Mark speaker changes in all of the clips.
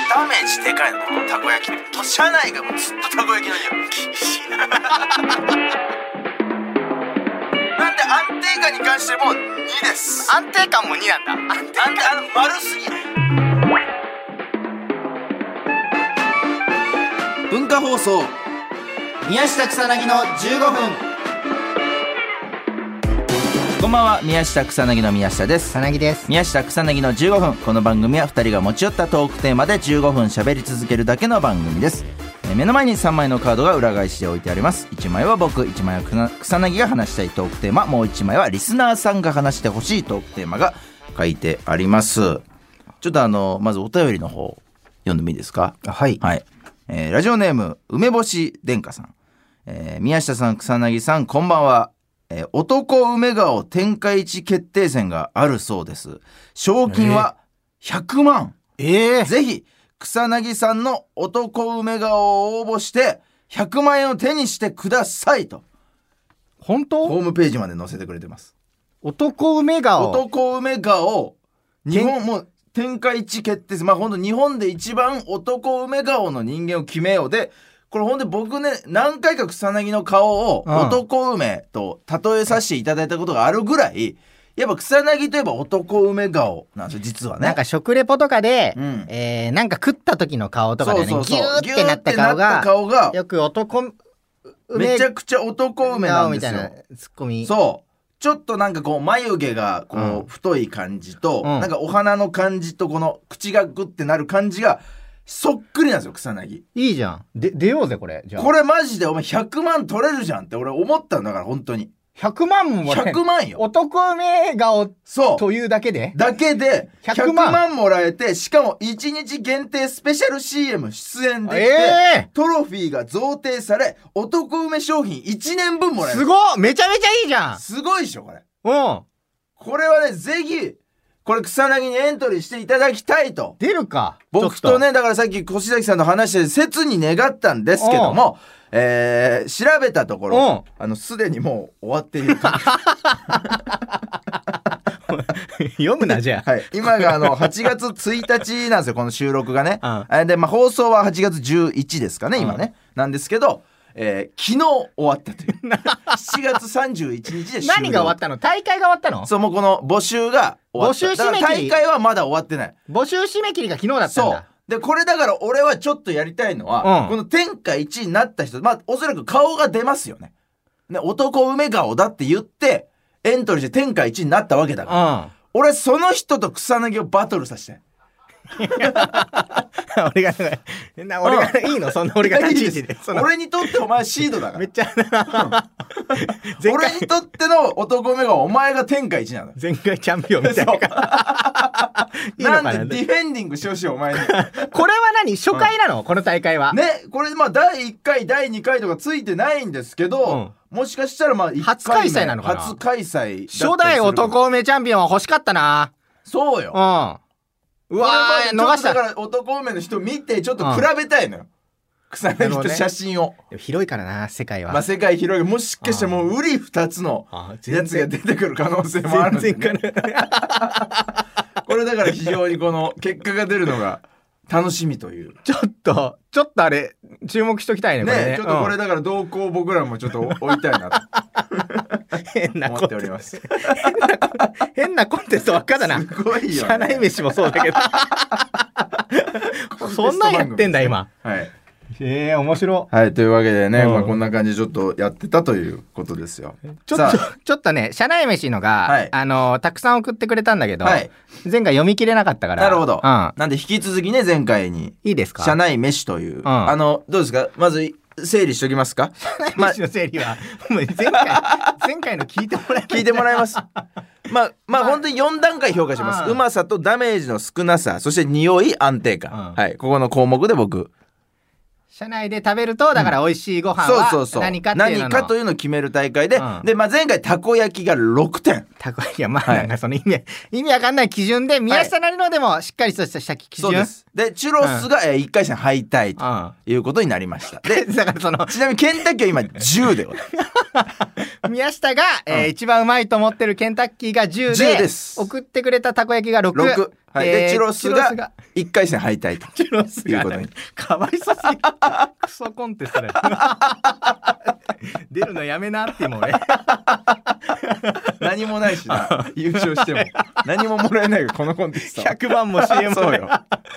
Speaker 1: でかいのたこ焼きと車内がもうずっとたこ焼きの匂い厳しいななんで安定感に関しても2です
Speaker 2: 安定感も2なんだ安定
Speaker 1: あんたあの丸すぎる文化放送
Speaker 2: 宮下草薙の15分
Speaker 1: こんばんは宮下草薙の宮下です
Speaker 2: 草薙です
Speaker 1: 宮下草薙の15分この番組は2人が持ち寄ったトークテーマで15分喋り続けるだけの番組ですえー目の前に3枚のカードが裏返しで置いてあります1枚は僕1枚はくな草薙が話したいトークテーマもう1枚はリスナーさんが話してほしいトークテーマが書いてありますちょっとあのまずお便りの方読んでもいいですか
Speaker 2: はい
Speaker 1: はい。えーラジオネーム、梅干し殿下さん。えー宮下さん、草薙さん、こんばんは。えー男梅顔天下一決定戦があるそうです。賞金は100万。
Speaker 2: ええ
Speaker 1: ぜひ、草薙さんの男梅顔を応募して、100万円を手にしてくださいと、
Speaker 2: 本
Speaker 1: ホ
Speaker 2: 当
Speaker 1: ームページまで載せてくれてます。
Speaker 2: 男梅顔
Speaker 1: 男梅顔、日本、もう、天下一決定戦。まあ、ほんと日本で一番男梅顔の人間を決めようで、これほんで僕ね、何回か草薙の顔を
Speaker 2: うん
Speaker 1: 男梅と例えさせていただいたことがあるぐらい、やっぱ草薙といえば男梅顔なんですよ、実はね。
Speaker 2: なんか食レポとかで、
Speaker 1: うん
Speaker 2: えーなんか食った時の顔とかでね
Speaker 1: そうそうそう
Speaker 2: ギューってなった顔が
Speaker 1: ギューってなった顔が
Speaker 2: よく男
Speaker 1: めちゃ
Speaker 2: く
Speaker 1: くちゃ男梅なんです
Speaker 2: みたい
Speaker 1: よ。
Speaker 2: なツッコミ
Speaker 1: そう。ちょっとなんかこう眉毛が
Speaker 2: う
Speaker 1: こ
Speaker 2: ん
Speaker 1: う太い感じと、
Speaker 2: うん
Speaker 1: なんかお花の感じとこの口がグッてなる感じがそっくりなんですよ草薙
Speaker 2: いいじゃんで出ようぜこれじゃあ
Speaker 1: これマジでお前100万取れるじゃんって俺思ったんだから本当に
Speaker 2: 100万もらえ
Speaker 1: 100万よ
Speaker 2: 男梅顔
Speaker 1: そう
Speaker 2: というだけで
Speaker 1: だけで
Speaker 2: 100
Speaker 1: 100
Speaker 2: 万
Speaker 1: 万もらえてしかも1日限定スペシャル CM 出演できて、
Speaker 2: え
Speaker 1: トロフィーが贈呈され男梅商品1年分
Speaker 2: え
Speaker 1: もらえ
Speaker 2: す
Speaker 1: る
Speaker 2: ごっめちゃめちゃいいじゃん
Speaker 1: すごいでしょこれ
Speaker 2: うん
Speaker 1: これはねぜひこれ草薙にエントリーしていただきたいと
Speaker 2: 出るか
Speaker 1: 僕とねだからさっき越崎さんの話で切に願ったんですけども、えー調べたところあのすでにもう終わってい るとは
Speaker 2: ちょっと読むなじゃあ
Speaker 1: い、今があの8月1日なんですよこの収録がね、
Speaker 2: うん
Speaker 1: えーで、まあ、放送は8月11ですかね今ね、なんですけど、えー昨日終わったという 7月31日で終了
Speaker 2: 何が終 わったの大会が終わったの
Speaker 1: そうもうこの募集が終わった
Speaker 2: 募集締め切
Speaker 1: だか
Speaker 2: り
Speaker 1: ら大会はまだ終わってない
Speaker 2: 募集締め切りが昨日だったん
Speaker 1: そう
Speaker 2: だ。
Speaker 1: で、これだから俺はちょっとやりたいのは、
Speaker 2: うん
Speaker 1: この天下一位になった人、まあ、おそらく顔が出ますよね。ね、男梅顔だって言って、エントリーして天下一位になったわけだから。
Speaker 2: う
Speaker 1: 俺、その人と草薙をバトルさせて。
Speaker 2: ん。 俺が、な俺が、いいのそんな俺が立ち位置で。その
Speaker 1: 俺にとってお前シードだか
Speaker 2: めっ
Speaker 1: ら。
Speaker 2: ちゃ、 前
Speaker 1: 俺
Speaker 2: 回、
Speaker 1: にとっての男梅顔、お前が天下一なの。
Speaker 2: 前回チャンピオンみた いな。いいのかな
Speaker 1: なんでディフェンディングしてほしい、お前に。
Speaker 2: これは何初回なのこの大会は。
Speaker 1: ね、これ、まあ、第1回、第2回とかついてないんですけど、もしかしたら、まあ、一回目
Speaker 2: 初開催なのかな
Speaker 1: 初開催だったりする。
Speaker 2: 初代男梅チャンピオンは欲しかったな。
Speaker 1: そうよ
Speaker 2: うん。。うわー、
Speaker 1: 俺も
Speaker 2: 逃
Speaker 1: ちょっとだ
Speaker 2: し
Speaker 1: か
Speaker 2: た。
Speaker 1: ら男梅の人見てちょっと比べたいのよ、草薙と写真を、
Speaker 2: 広いからな、世界
Speaker 1: まあ
Speaker 2: は。
Speaker 1: 世界広いもしかしてもう瓜二つの
Speaker 2: あ
Speaker 1: やつが出てくる可能性もあるんで
Speaker 2: 全然かな。
Speaker 1: これだから非常にこの結果が出るのが 楽しみという
Speaker 2: ちょっと、ちょっとあれ、注目しときたいね、これ
Speaker 1: ね
Speaker 2: ね。
Speaker 1: ちょっとこ
Speaker 2: う
Speaker 1: れ
Speaker 2: ん
Speaker 1: だから動向を僕らもちょっと置いたいなと
Speaker 2: 変 な
Speaker 1: 思
Speaker 2: こ
Speaker 1: って
Speaker 2: と
Speaker 1: おります
Speaker 2: 変なコンテストばっかだな。
Speaker 1: すごいよ、ね、
Speaker 2: 社内飯もそうだ けど。そんなんやってんだ、今。
Speaker 1: はい、
Speaker 2: ええ面白。
Speaker 1: はい、というわけでね、
Speaker 2: うん
Speaker 1: まあ、こんな感じでちょっとやってたということですよ
Speaker 2: ちょっと
Speaker 1: さ、
Speaker 2: ちょっとね、社内飯のが、
Speaker 1: はい
Speaker 2: あのーたくさん送ってくれたんだけ
Speaker 1: あ
Speaker 2: ど、
Speaker 1: はい
Speaker 2: 前回読み切れなかったから。
Speaker 1: なるほど、
Speaker 2: うん。
Speaker 1: なんで引き続きね前回に
Speaker 2: いいですか
Speaker 1: 社内飯という、
Speaker 2: ん
Speaker 1: あのどうですかまずい整理しておきます かまあ
Speaker 2: 飯の整理は、 もう 前回、前回の聞いてもらえない
Speaker 1: 聞いてもらいますまあまあ本当に4段階評価しま
Speaker 2: うん
Speaker 1: すうまさとダメージの少なさそして匂い安定
Speaker 2: う
Speaker 1: 感、
Speaker 2: ん
Speaker 1: はいここの項目で僕
Speaker 2: 社内で食べると、だから美味しいご飯
Speaker 1: そうそう
Speaker 2: は
Speaker 1: そう
Speaker 2: 何かっていうのの。
Speaker 1: 何かというのを決める大会で、
Speaker 2: うん
Speaker 1: で、まあ、前回たこ焼きが6点
Speaker 2: たこいや、まあ、
Speaker 1: はい
Speaker 2: なんかその意味、意味わかんない基準で、宮下なりのでも、しっかりとした基
Speaker 1: そ
Speaker 2: 準。
Speaker 1: うですでチュロスが1回戦敗退ということになりました、
Speaker 2: うん。
Speaker 1: で
Speaker 2: だからその、
Speaker 1: ちなみにケンタッキーは今10でございます
Speaker 2: 宮下が、えー
Speaker 1: うん
Speaker 2: 一番うまいと思ってるケンタッキーが10で
Speaker 1: 10です
Speaker 2: 送ってくれたたこ焼きが 6,
Speaker 1: 6はい、
Speaker 2: え
Speaker 1: で
Speaker 2: ー
Speaker 1: チュロス
Speaker 2: チュロ
Speaker 1: が
Speaker 2: スが
Speaker 1: 1回戦敗退と
Speaker 2: チュロス
Speaker 1: いう
Speaker 2: が
Speaker 1: ことに
Speaker 2: かわいそうすぎるクソコンテストだよ 出るのやめなっ てもう俺
Speaker 1: 何もないし な優勝しても何ももらえないよこのコンテストは
Speaker 2: 100番も CM
Speaker 1: そうよ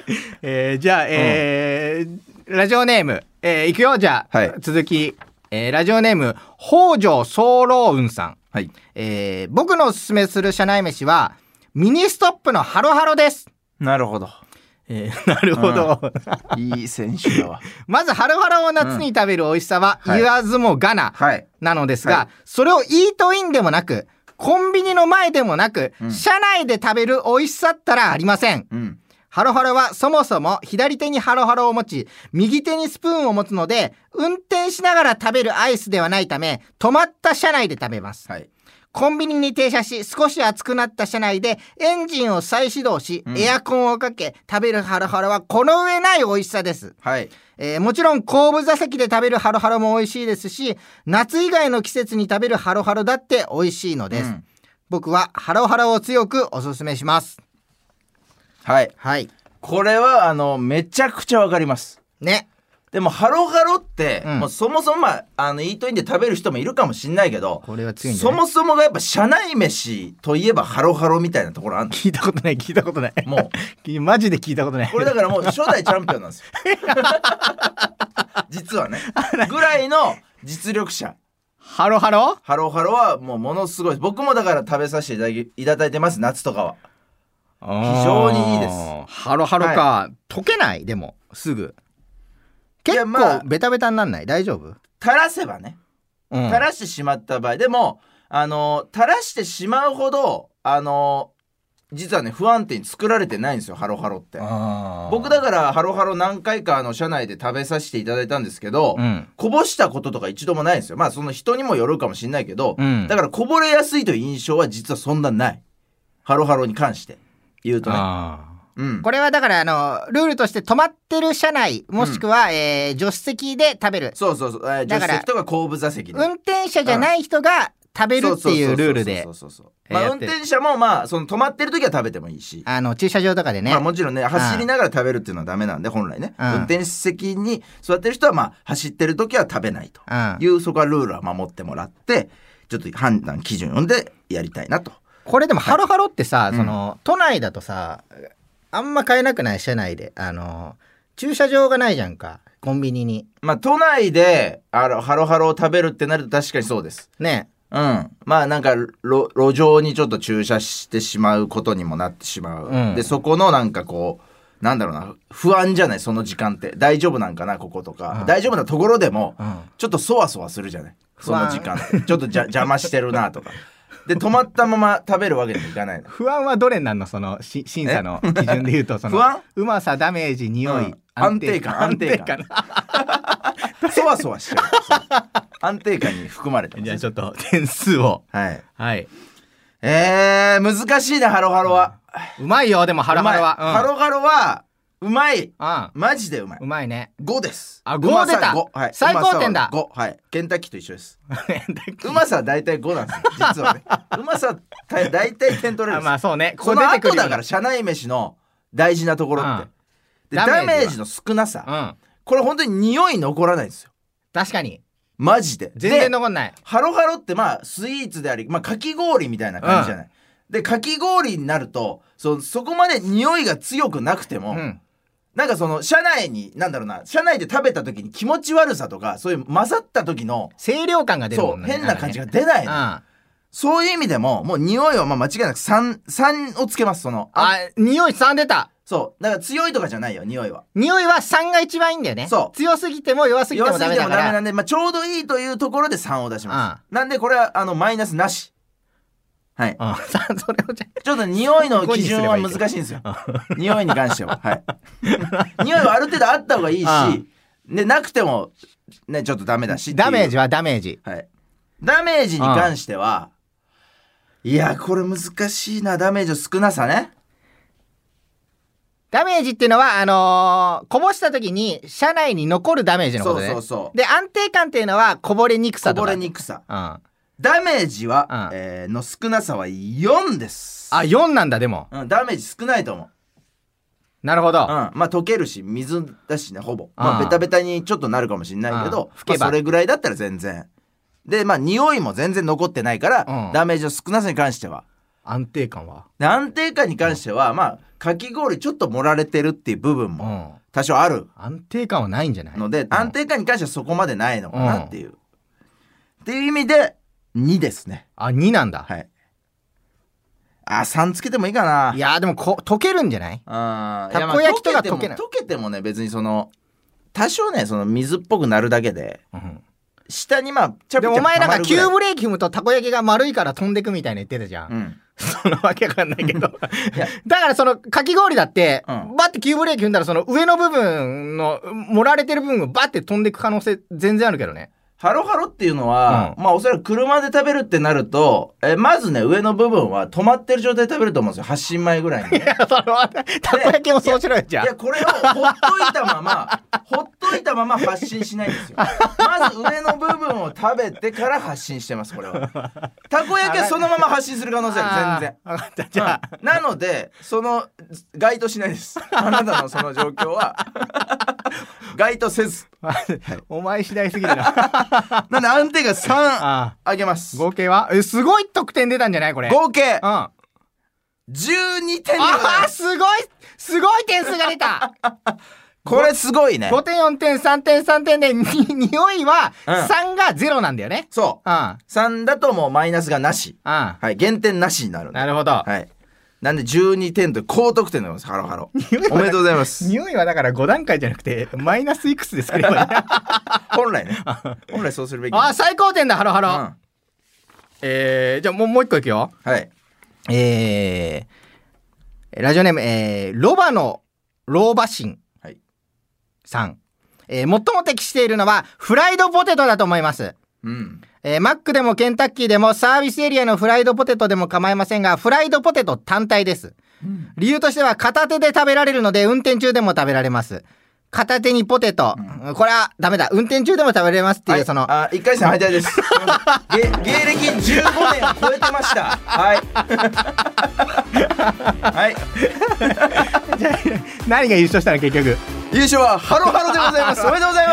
Speaker 2: えーじゃあ、えーラジオネーム、えーいくよじゃあ、
Speaker 1: はい
Speaker 2: 続き、えーラジオネーム北条早老雲さん、
Speaker 1: はい
Speaker 2: えー僕のおすすめする社内飯はミニストップのハロハロです、
Speaker 1: なるほど
Speaker 2: えーなるほど、
Speaker 1: いい選手だわ
Speaker 2: まずハロハロを夏に食べる美味しさは
Speaker 1: うんはい
Speaker 2: 言わずもが な
Speaker 1: はい
Speaker 2: なのです
Speaker 1: はい
Speaker 2: が、それをイートインでもなくコンビニの前でもなく、
Speaker 1: うん
Speaker 2: 社内で食べる美味しさったらありません
Speaker 1: うん
Speaker 2: ハロハロはそもそも左手にハロハロを持ち、右手にスプーンを持つので、運転しながら食べるアイスではないため、止まった車内で食べます。
Speaker 1: はい
Speaker 2: コンビニに停車し、少し暑くなった車内でエンジンを再始動し、
Speaker 1: うん
Speaker 2: エアコンをかけ、食べるハロハロはこの上ない美味しさです。
Speaker 1: はい
Speaker 2: えーもちろん後部座席で食べるハロハロも美味しいですし、夏以外の季節に食べるハロハロだって美味しいのです。
Speaker 1: うん
Speaker 2: 僕はハロハロを強くおすすめします。
Speaker 1: はい
Speaker 2: はい。
Speaker 1: これはあのめちゃくちゃわかります
Speaker 2: ね。
Speaker 1: でもハロハロって、
Speaker 2: うん
Speaker 1: もうそもそも、まあ、あのイートインで食べる人もいるかもしんないけど
Speaker 2: これは強いんじゃ
Speaker 1: そ
Speaker 2: ない
Speaker 1: もそもがやっぱ社内飯といえばハロハロみたいなところあんの
Speaker 2: 聞いたことない聞いたことない
Speaker 1: も
Speaker 2: う マジで聞いたことないう
Speaker 1: これだからもう初代チャンピオン なんですよ実はねぐらいの実力者
Speaker 2: ハロハロ
Speaker 1: ハロハロはもうものすごい僕もだから食べさせていただきいただいてます夏とかは
Speaker 2: 非
Speaker 1: 常にいいです
Speaker 2: ハロハロか、溶けないでもすぐ
Speaker 1: い
Speaker 2: 結
Speaker 1: や
Speaker 2: 構、
Speaker 1: まあ
Speaker 2: ベタベタになんない大丈夫、
Speaker 1: 垂らせばね
Speaker 2: うん
Speaker 1: 垂らしてしまった場合でもあの垂らしてしまうほどあの実はね不安定に作られてないんですよハロハロって
Speaker 2: あー
Speaker 1: 僕だからハロハロ何回かあの社内で食べさせていただいたんですけど、
Speaker 2: うん
Speaker 1: こぼしたこととか一度もないんですよまあその人にもよるかもしれないけど、
Speaker 2: うん
Speaker 1: だからこぼれやすいという印象は実はそんなないハロハロに関して言うとね
Speaker 2: あ
Speaker 1: うん
Speaker 2: ーこれはだからあのルールとして止まってる車内もしくは、えー助手席で食べる
Speaker 1: そうそうそう、えー、助
Speaker 2: だ
Speaker 1: 手
Speaker 2: から
Speaker 1: 席とか後部座席で
Speaker 2: 運転者じゃない人が食べるっていうルールで
Speaker 1: そうそうそうそうそうそう
Speaker 2: えー
Speaker 1: まあ
Speaker 2: や
Speaker 1: 運
Speaker 2: って
Speaker 1: 転者もまあその止まってる時は食べてもいいし、
Speaker 2: あの駐車場とかでね、
Speaker 1: まあもちろんね走りながら食べるっていうのはダメなんで本来ね、
Speaker 2: うん
Speaker 1: 運転席に座ってる人はまあ走ってる時は食べないと
Speaker 2: うん
Speaker 1: いう、そこはルールは守ってもらってちょっと判断基準でやりたいなと
Speaker 2: これでもハロハロってさ、
Speaker 1: い
Speaker 2: その、都内だとさあんま買えなくない車内であの駐車場がないじゃんかコンビニに
Speaker 1: まあ都内であのハロハロを食べるってなると確かにそうです
Speaker 2: ね
Speaker 1: うん、まあなんか路路上にちょっと駐車してしまうことにもなってしまう、
Speaker 2: うん
Speaker 1: でそこのなんかこうなんだろうな不安じゃないその時間って大丈夫なんかなこことか、
Speaker 2: うん
Speaker 1: 大丈夫なところでも、
Speaker 2: うん
Speaker 1: ちょっとそわそわするじゃないそ
Speaker 2: 不安
Speaker 1: の時間ってちょっとじゃ邪魔してるなとかで止まったまま食べるわけにもいかないの
Speaker 2: 不安はどれになるのそのし審査の基準で言うとその
Speaker 1: 不安
Speaker 2: うまさダメージ匂い、
Speaker 1: うん安定感安定感そわそわ しちゃうそう安定感に含まれてます
Speaker 2: じゃあ
Speaker 1: ね
Speaker 2: ちょっと点数を
Speaker 1: はい
Speaker 2: はい
Speaker 1: えー、難しいなハロハロは、
Speaker 2: うまいよでもハロハロは
Speaker 1: うまいハロハロはうまい
Speaker 2: ハ
Speaker 1: マジでうまい
Speaker 2: うんうま いね
Speaker 1: 5です。
Speaker 2: あ
Speaker 1: う
Speaker 2: 5
Speaker 1: まさ
Speaker 2: 出た
Speaker 1: 5はい、
Speaker 2: 最高点だ
Speaker 1: うまさは5はい。ケンタッキーと一緒 です。うまさは大体5なんですよ、実はね。うまさは大大体点取れる
Speaker 2: あ
Speaker 1: ん
Speaker 2: ま
Speaker 1: で
Speaker 2: あそうね
Speaker 1: す。この後
Speaker 2: よ
Speaker 1: だから、社内飯の大事なところって。で
Speaker 2: ダ
Speaker 1: ダ
Speaker 2: メージは
Speaker 1: メージの少なさ。
Speaker 2: うん
Speaker 1: これ本当に匂い残らないんですよ。
Speaker 2: 確かに
Speaker 1: マジで。
Speaker 2: 全然
Speaker 1: で
Speaker 2: 残んない
Speaker 1: ハロハロってまあスイーツであり、まあかき氷みたいな感じじゃない。で、かき氷になると、そそこまで匂いが強くなくても、
Speaker 2: うん
Speaker 1: なんかその社内になんだろうな社内で食べた時に気持ち悪さとかそういう混ざった時の
Speaker 2: 清涼感が出る
Speaker 1: そ
Speaker 2: も
Speaker 1: うん
Speaker 2: ね
Speaker 1: 変な感じが
Speaker 2: んか
Speaker 1: 出ない
Speaker 2: ね
Speaker 1: の、
Speaker 2: うん
Speaker 1: そういう意味でももう匂いはまあ間違いなく 3, 3をつけますそのあ
Speaker 2: あ、匂い3出た。
Speaker 1: そうだから強いとかじゃないよ匂いは
Speaker 2: 匂いは3が一番いいんだよね。
Speaker 1: そう
Speaker 2: 強すぎても弱すぎて
Speaker 1: 弱
Speaker 2: も
Speaker 1: す
Speaker 2: ダ
Speaker 1: ぎ
Speaker 2: メ
Speaker 1: て
Speaker 2: だ
Speaker 1: も
Speaker 2: か
Speaker 1: ダメな
Speaker 2: ら。
Speaker 1: んで、まあ、ちょうどいいというところで3を出しますなんでこれはあのマイナスなしはい
Speaker 2: うん、 さあそれをじゃ
Speaker 1: ちょっと匂いの
Speaker 2: ここ
Speaker 1: 基
Speaker 2: にすれ
Speaker 1: 準
Speaker 2: ば
Speaker 1: はい
Speaker 2: いけど
Speaker 1: 難しいんですよ。匂いに関しては。 はい。匂いはある程度あった方がいいし
Speaker 2: ああ、
Speaker 1: ね、なくても、ね、ちょっとダメだしっていう
Speaker 2: ダメージはダメージ。
Speaker 1: はい。ダメージに関しては、いや、これ難しいな。ダメージの少なさね。
Speaker 2: ダメージっていうのは、あのーこぼした時に車内に残るダメージのこ
Speaker 1: そ
Speaker 2: と
Speaker 1: う
Speaker 2: ね。
Speaker 1: そうそう。
Speaker 2: で、安定感っていうのはこぼれにく
Speaker 1: こ
Speaker 2: さと
Speaker 1: ぼ
Speaker 2: か。
Speaker 1: れにくさ。
Speaker 2: うん。あ、
Speaker 1: ダメージは、
Speaker 2: うん
Speaker 1: えーの少なさは4です。
Speaker 2: 4なんだ、でも。
Speaker 1: うん、ダメージ少ないと思う。
Speaker 2: なるほ
Speaker 1: う
Speaker 2: ど。
Speaker 1: ん、まあ溶けるし水だしねほぼまあ
Speaker 2: あー
Speaker 1: ベタベタにちょっとなるかもしれないけど
Speaker 2: あー拭けば
Speaker 1: まあそれぐらいだったら全然でまあ匂いも全然残ってないから、
Speaker 2: うん
Speaker 1: ダメージの少なさに関しては
Speaker 2: 安定感は。
Speaker 1: で安定感に関しては、まあかき氷ちょっと盛られてるっていう部分
Speaker 2: う
Speaker 1: も
Speaker 2: ん。
Speaker 1: 多少ある
Speaker 2: 安定感はないんじゃない
Speaker 1: ので、
Speaker 2: うん
Speaker 1: 安定感に関してはそこまでないのかなっていう、っていう意味で2ですね
Speaker 2: あ、2なんだ。
Speaker 1: はいあ3つけてもいいかない
Speaker 2: やーでもこ溶けるんじゃない
Speaker 1: あーいや
Speaker 2: たこ焼きとか
Speaker 1: まあ
Speaker 2: 溶けない
Speaker 1: 溶けてもね別にその多少ねその水っぽくなるだけで
Speaker 2: うん
Speaker 1: 下にまあチャプチャプ
Speaker 2: でもお前なん
Speaker 1: 溜ま
Speaker 2: か
Speaker 1: るぐ
Speaker 2: 急
Speaker 1: らい
Speaker 2: ブレーキ踏むとたこ焼きが丸いから飛んでくみたいな言ってたじゃん、
Speaker 1: うん
Speaker 2: そのわけわかんないけど
Speaker 1: いや
Speaker 2: だからそのかき氷だって、
Speaker 1: うん
Speaker 2: バッて急ブレーキ踏んだらその上の部分の盛られてる部分がバッて飛んでく可能性全然あるけ どね
Speaker 1: ハロハロっていうのは、
Speaker 2: う
Speaker 1: まあおそらく車で食べるってなるとえまずね上の部分は止まってる状態で食べると思うんですよ8新米ぐらいにね、
Speaker 2: いやそのたこ焼きもそうしろよじゃ
Speaker 1: いやこれをほっといたまま ほっといたまま発信しないんですよまず上の部分を食べてから発信してますこれはたこ焼きはそのまま発信する可能性あ
Speaker 2: あ
Speaker 1: る全然
Speaker 2: 然分かったじゃあ、
Speaker 1: うんなのでその該当しないですあなたのその状況は該当せず
Speaker 2: お前次第すぎるな
Speaker 1: なんで安定が3
Speaker 2: あ
Speaker 1: あげます
Speaker 2: 合計はえすごい得点出たんじゃないこれ
Speaker 1: 合計
Speaker 2: うんあ
Speaker 1: 12点でございま
Speaker 2: あ
Speaker 1: す
Speaker 2: すごいすごい点数が出 た
Speaker 1: これすごいね
Speaker 2: 5点4点3点3点でに匂いは
Speaker 1: うん
Speaker 2: 3が0なんだよね。
Speaker 1: そ
Speaker 2: うん。うん。
Speaker 1: う3だともうマイナスがなし
Speaker 2: な
Speaker 1: はい減点なしになるんで
Speaker 2: るほど。
Speaker 1: はいなんで12点と高得点でございますハロハ ロおめでとうございます
Speaker 2: 匂いはだから5段階じゃなくてマイナスいくつですけれ ばいい
Speaker 1: 本来ね 本来そうするべき
Speaker 2: あ、最高点だ、ハロハロ。
Speaker 1: うん
Speaker 2: えー、じゃあもうもう一個いくよ。
Speaker 1: はい
Speaker 2: えー、ラジオネーム、えー、ロバの老婆神
Speaker 1: はい
Speaker 2: さん。えー、最も適しているのはフライドポテトだと思います。
Speaker 1: うん
Speaker 2: えーマックでもケンタッキーでもサービスエリアのフライドポテトでも構いませんが、フライドポテト単体です。
Speaker 1: うん
Speaker 2: 理由としては片手で食べられるので運転中でも食べられます。片手にポテト。うんこれはダメだ。運転中でも食べれますっていう、
Speaker 1: はい
Speaker 2: その、
Speaker 1: あ一回戦敗退ですげ芸歴15年超えてましたはいはい
Speaker 2: 何が優勝したの結局。
Speaker 1: 優勝はハロハロでござい ますおめでとうござい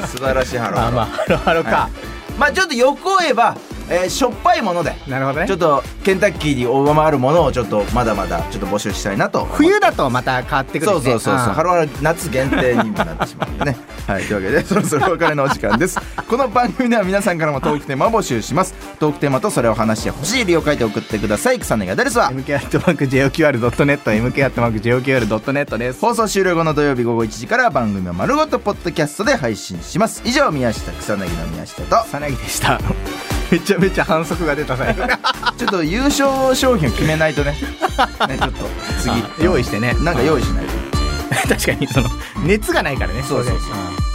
Speaker 1: ます素晴らしいハロハ
Speaker 2: あ、
Speaker 1: ロ
Speaker 2: まあ、ハロハロか
Speaker 1: は。いまあちょっと欲を言えば、えーしょっぱいもので
Speaker 2: なるほどね
Speaker 1: ちょ。っとケンタッキーに上回るものをちょっとまだまだちょっと募集したいなと
Speaker 2: 冬だとまた変わってくるし
Speaker 1: そ
Speaker 2: ね
Speaker 1: うそうそうそう、
Speaker 2: ん
Speaker 1: ハロハロ夏限定にもなってしまうん でねはいというわけでそろそろお別れのお時間ですこの番組では皆さんからもトークテーマを募集しますトークテーマとそれを話してほしい理由を書いて送ってください草根が誰ですは
Speaker 2: mk.joqr.net、mk.joqr.net です。
Speaker 1: 放送終了後の土曜日午後1時から番組を丸ごとポッドキャストで配信します以上宮下草薙の宮下と
Speaker 2: さなぎでした。めちゃめちゃ反則が出た最後。
Speaker 1: ちょっと優勝商品を決めないとね ねちょっと次
Speaker 2: 用意してね。
Speaker 1: なんか用意しないと
Speaker 2: 確かにその熱がないからね
Speaker 1: そうそうそう
Speaker 2: これん